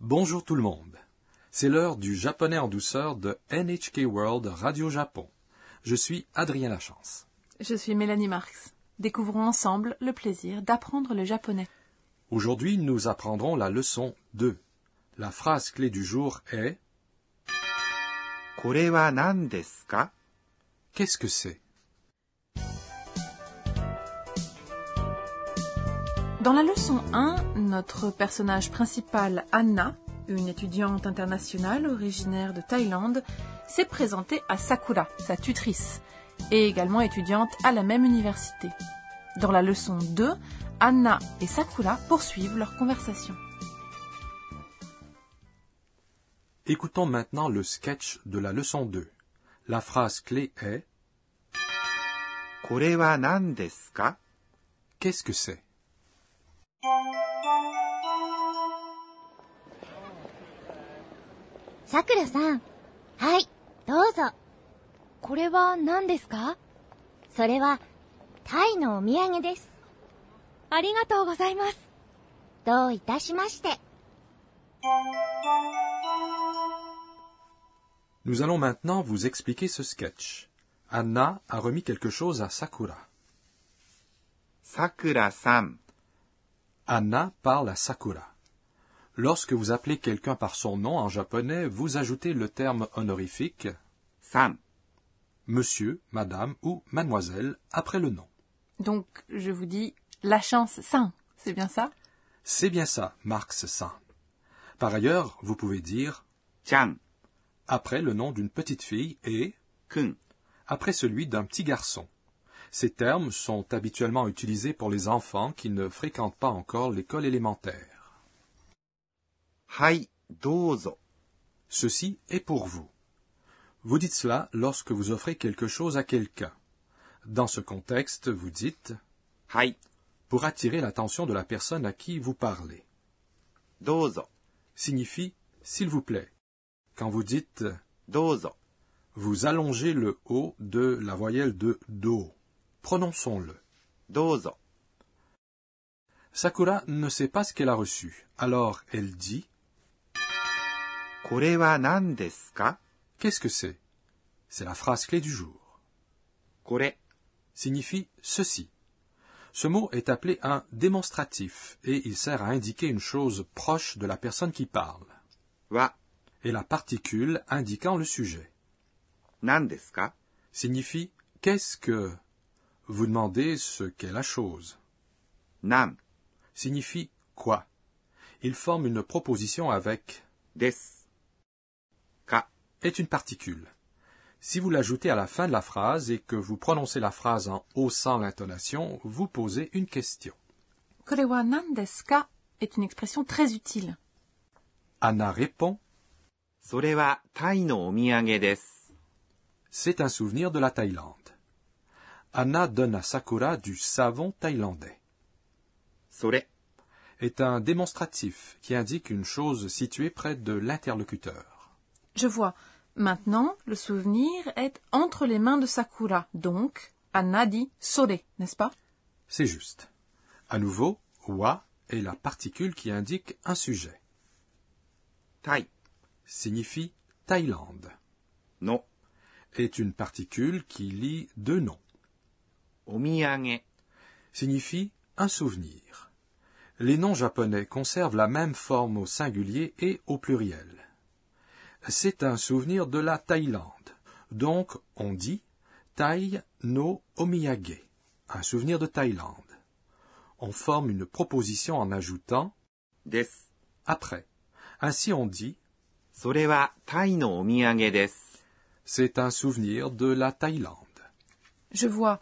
Bonjour tout le monde. C'est l'heure du japonais en douceur de NHK World Radio Japon. Je suis Adrien Lachance. Je suis Mélanie Marx. Découvrons ensemble le plaisir d'apprendre le japonais. Aujourd'hui, nous apprendrons la leçon 2. La phrase clé du jour est これは何ですか Qu'est-ce que c'est Dans la leçon 1, notre personnage principal, Anna, une étudiante internationale originaire de Thaïlande, s'est présentée à Sakura, sa tutrice, et également étudiante à la même université. Dans la leçon 2, Anna et Sakura poursuivent leur conversation. Écoutons maintenant le sketch de la leçon 2. La phrase clé est これは何ですか Qu'est-ce que c'est さくらさん。はい、どうぞ。これは何ですかそれは、タイのお土産です。ありがとうございます。どういたしまして。 Nous allons maintenant vous expliquer ce sketch. Anna a remis quelque chose à Sakura. さくらさん、 Anna parle à Sakura. Lorsque vous appelez quelqu'un par son nom en japonais, vous ajoutez le terme honorifique さん、 monsieur, madame ou mademoiselle après le nom. Donc, je vous dis la chance 5, c'est bien ça C'est bien ça, Marx Saint. Par ailleurs, vous pouvez dire ちゃん、 après le nom d'une petite fille et くん、 après celui d'un petit garçon. Ces termes sont habituellement utilisés pour les enfants qui ne fréquentent pas encore l'école élémentaire. はい、どうぞ。 Ceci est pour vous. Vous dites cela lorsque vous offrez quelque chose à quelqu'un. Dans ce contexte, vous dites はい、 pour attirer l'attention de la personne à qui vous parlez. どうぞ、 Signifie s'il vous plaît. Quand vous dites どうぞ。 vous allongez le O de la voyelle de do. Prononçons-le. どうぞ。 Sakura ne sait pas ce qu'elle a reçu. Alors elle dit これは何ですか Qu'est-ce que c'est C'est la phrase clé du jour. これ、 Signifie ceci. Ce mot est appelé un démonstratif et il sert à indiquer une chose proche de la personne qui parle は、 et la particule indiquant le sujet. 何ですか Signifie qu'est-ce que Vous demandez ce qu'est la chose. なん、 Signifie quoi Il forme une proposition avec です。か、 est une particule. Si vous l'ajoutez à la fin de la phrase et que vous prononcez la phrase en haussant l'intonation, vous posez une question. Korewa nandesuka est une expression très utile. Anna répond それはタイのお土産です。 C'est un souvenir de la Thaïlande. Anna donne à Sakura du savon thaïlandais. それ、 Est un démonstratif qui indique une chose située près de l'interlocuteur. Je vois. Maintenant, le souvenir est entre les mains de Sakura. Donc, Anna dit sore, n'est-ce pas C'est juste. À nouveau, wa est la particule qui indique un sujet. タイ Signifie Thaïlande. の Est une particule qui lie deux noms. お土産。 signifie un souvenir. Les noms japonais conservent la même forme au singulier et au pluriel. C'est un souvenir de la Thaïlande. Donc, on dit Thaï no omiyage, un souvenir de Thaïlande. On forme une proposition en ajoutant です。 après. Ainsi, on dit それはタイのお土産です。 c'est un souvenir de la Thaïlande. Je vois.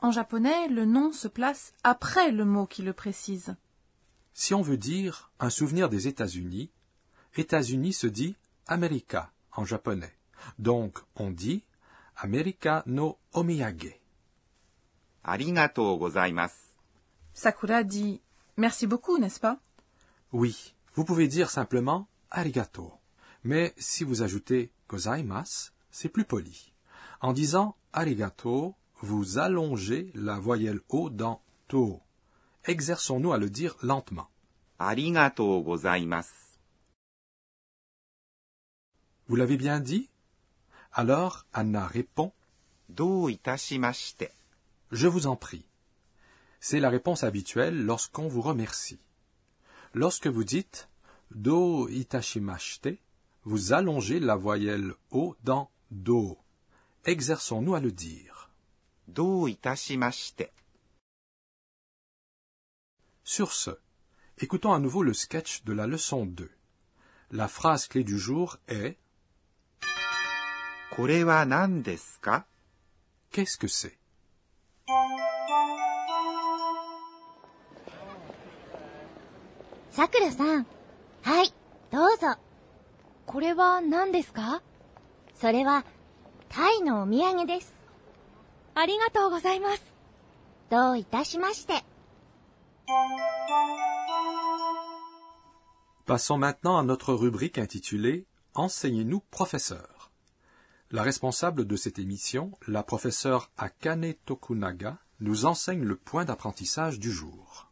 En japonais, le nom se place après le mot qui le précise. Si on veut dire un souvenir des États-Unis, États-Unis se dit America en japonais. Donc on dit America no omiyage. ありがとうございます。 Sakura dit merci beaucoup, n'est-ce pas Oui, vous pouvez dire simplement arigato. Mais si vous ajoutez gozaimasu, c'est plus poli. En disant arigato, vous allongez la voyelle O dans to. Exerçons-nous à le dire lentement. ありがとうございます。 Vous l'avez bien dit Alors Anna répond どういたしまして。 Je vous en prie. C'est la réponse habituelle lorsqu'on vous remercie. Lorsque vous dites Do itashimashite, vous allongez la voyelle O dans Do. Exerçons-nous à le dire. どういたしまして。 Sur ce, écoutons à nouveau le sketch de la leçon 2. La phrase clé du jour est これは何ですか Qu'est-ce que c'est 「さくらさんはいどうぞ」「これは何ですか?」「それはタイのお土産です」「ありがとうございます」「どういたしまして」 Passons maintenant à notre rubrique intitulée Enseignez-nous, professeur. La responsable de cette émission, la professeure Akane Tokunaga, nous enseigne le point d'apprentissage du jour.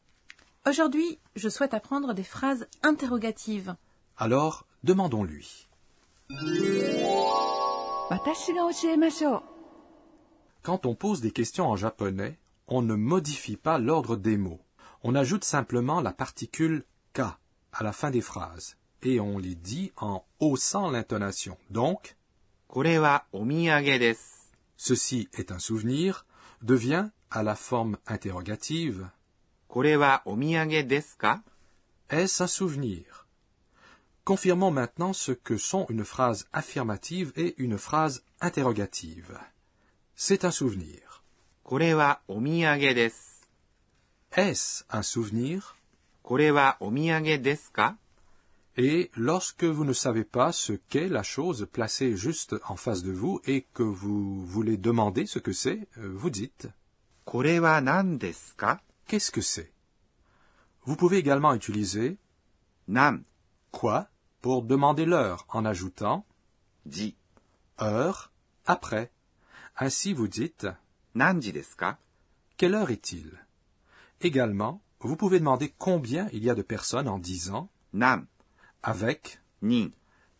Aujourd'hui, je souhaite apprendre des phrases interrogatives. Alors, demandons-lui. 私が教えましょう。 Quand on pose des questions en japonais, on ne modifie pas l'ordre des mots. On ajoute simplement la particule ka à la fin des phrases et on les dit en haussant l'intonation. Donc, これはお土産です。 ceci est un souvenir devient à la forme interrogative これはお土産ですか Est-ce un souvenir Confirmons maintenant ce que sont une phrase affirmative et une phrase interrogative. C'est un souvenir. これはお土産です。 Est-ce un souvenir これはお土産ですか Et lorsque vous ne savez pas ce qu'est la chose placée juste en face de vous et que vous voulez demander ce que c'est, euh, vous dites これは何ですか Qu'est-ce que c'est Vous pouvez également utiliser 何 quoi pour demander l'heure en ajoutant 時。 heure après. Ainsi vous dites 何時ですか Quelle heure est-il Également, vous pouvez demander combien il y a de personnes en disant 何 avec 人。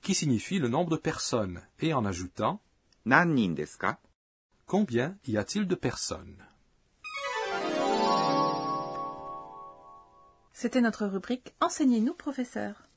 qui signifie le nombre de personnes et en ajoutant 何人ですか combien y a-t-il de personnes. C'était notre rubrique Enseignez-nous, professeur.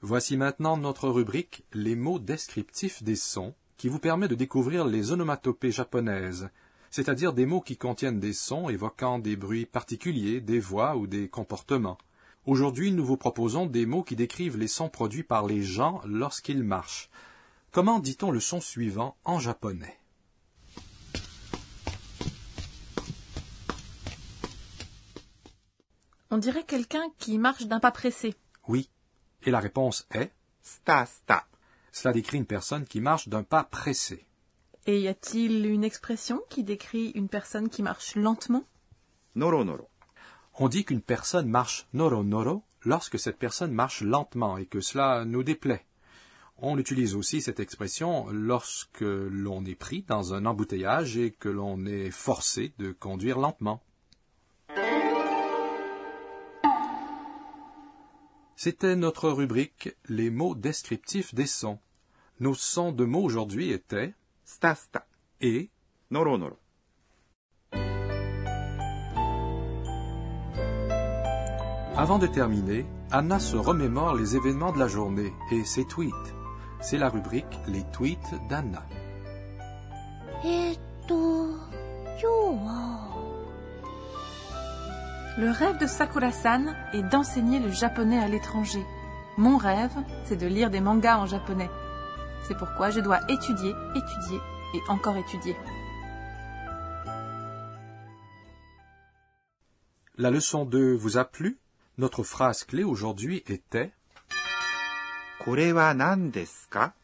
Voici maintenant notre rubrique Les mots descriptifs des sons qui vous permet de découvrir les onomatopées japonaises, c'est-à-dire des mots qui contiennent des sons évoquant des bruits particuliers, des voix ou des comportements. Aujourd'hui, nous vous proposons des mots qui décrivent les sons produits par les gens lorsqu'ils marchent. Comment dit-on le son suivant en japonais On dirait quelqu'un qui marche d'un pas pressé. Oui. Et la réponse est スタスタ。 cela décrit une personne qui marche d'un pas pressé. Et y a-t-il une expression qui décrit une personne qui marche lentement ノロノロ。 On dit qu'une personne marche noro noro lorsque cette personne marche lentement et que cela nous déplaît. On utilise aussi cette expression lorsque l'on est pris dans un embouteillage et que l'on est forcé de conduire lentement. C'était notre rubrique Les mots descriptifs des sons. Nos sons de mots aujourd'hui étaient スタスタ。 et ノロノロ。 Avant de terminer, Anna se remémore les événements de la journée et ses tweets. C'est la rubrique Les tweets d'Anna. えーっと今日は Le rêve de Sakura-san est d'enseigner le japonais à l'étranger. Mon rêve, c'est de lire des mangas en japonais. C'est pourquoi je dois étudier, étudier et encore étudier. La leçon 2 vous a plu Notre phrase clé aujourd'hui était これは何ですか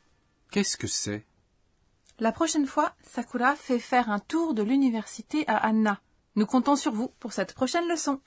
Qu'est-ce que c'est La prochaine fois, Sakura fait faire un tour de l'université à Anna. Nous comptons sur vous pour cette prochaine leçon.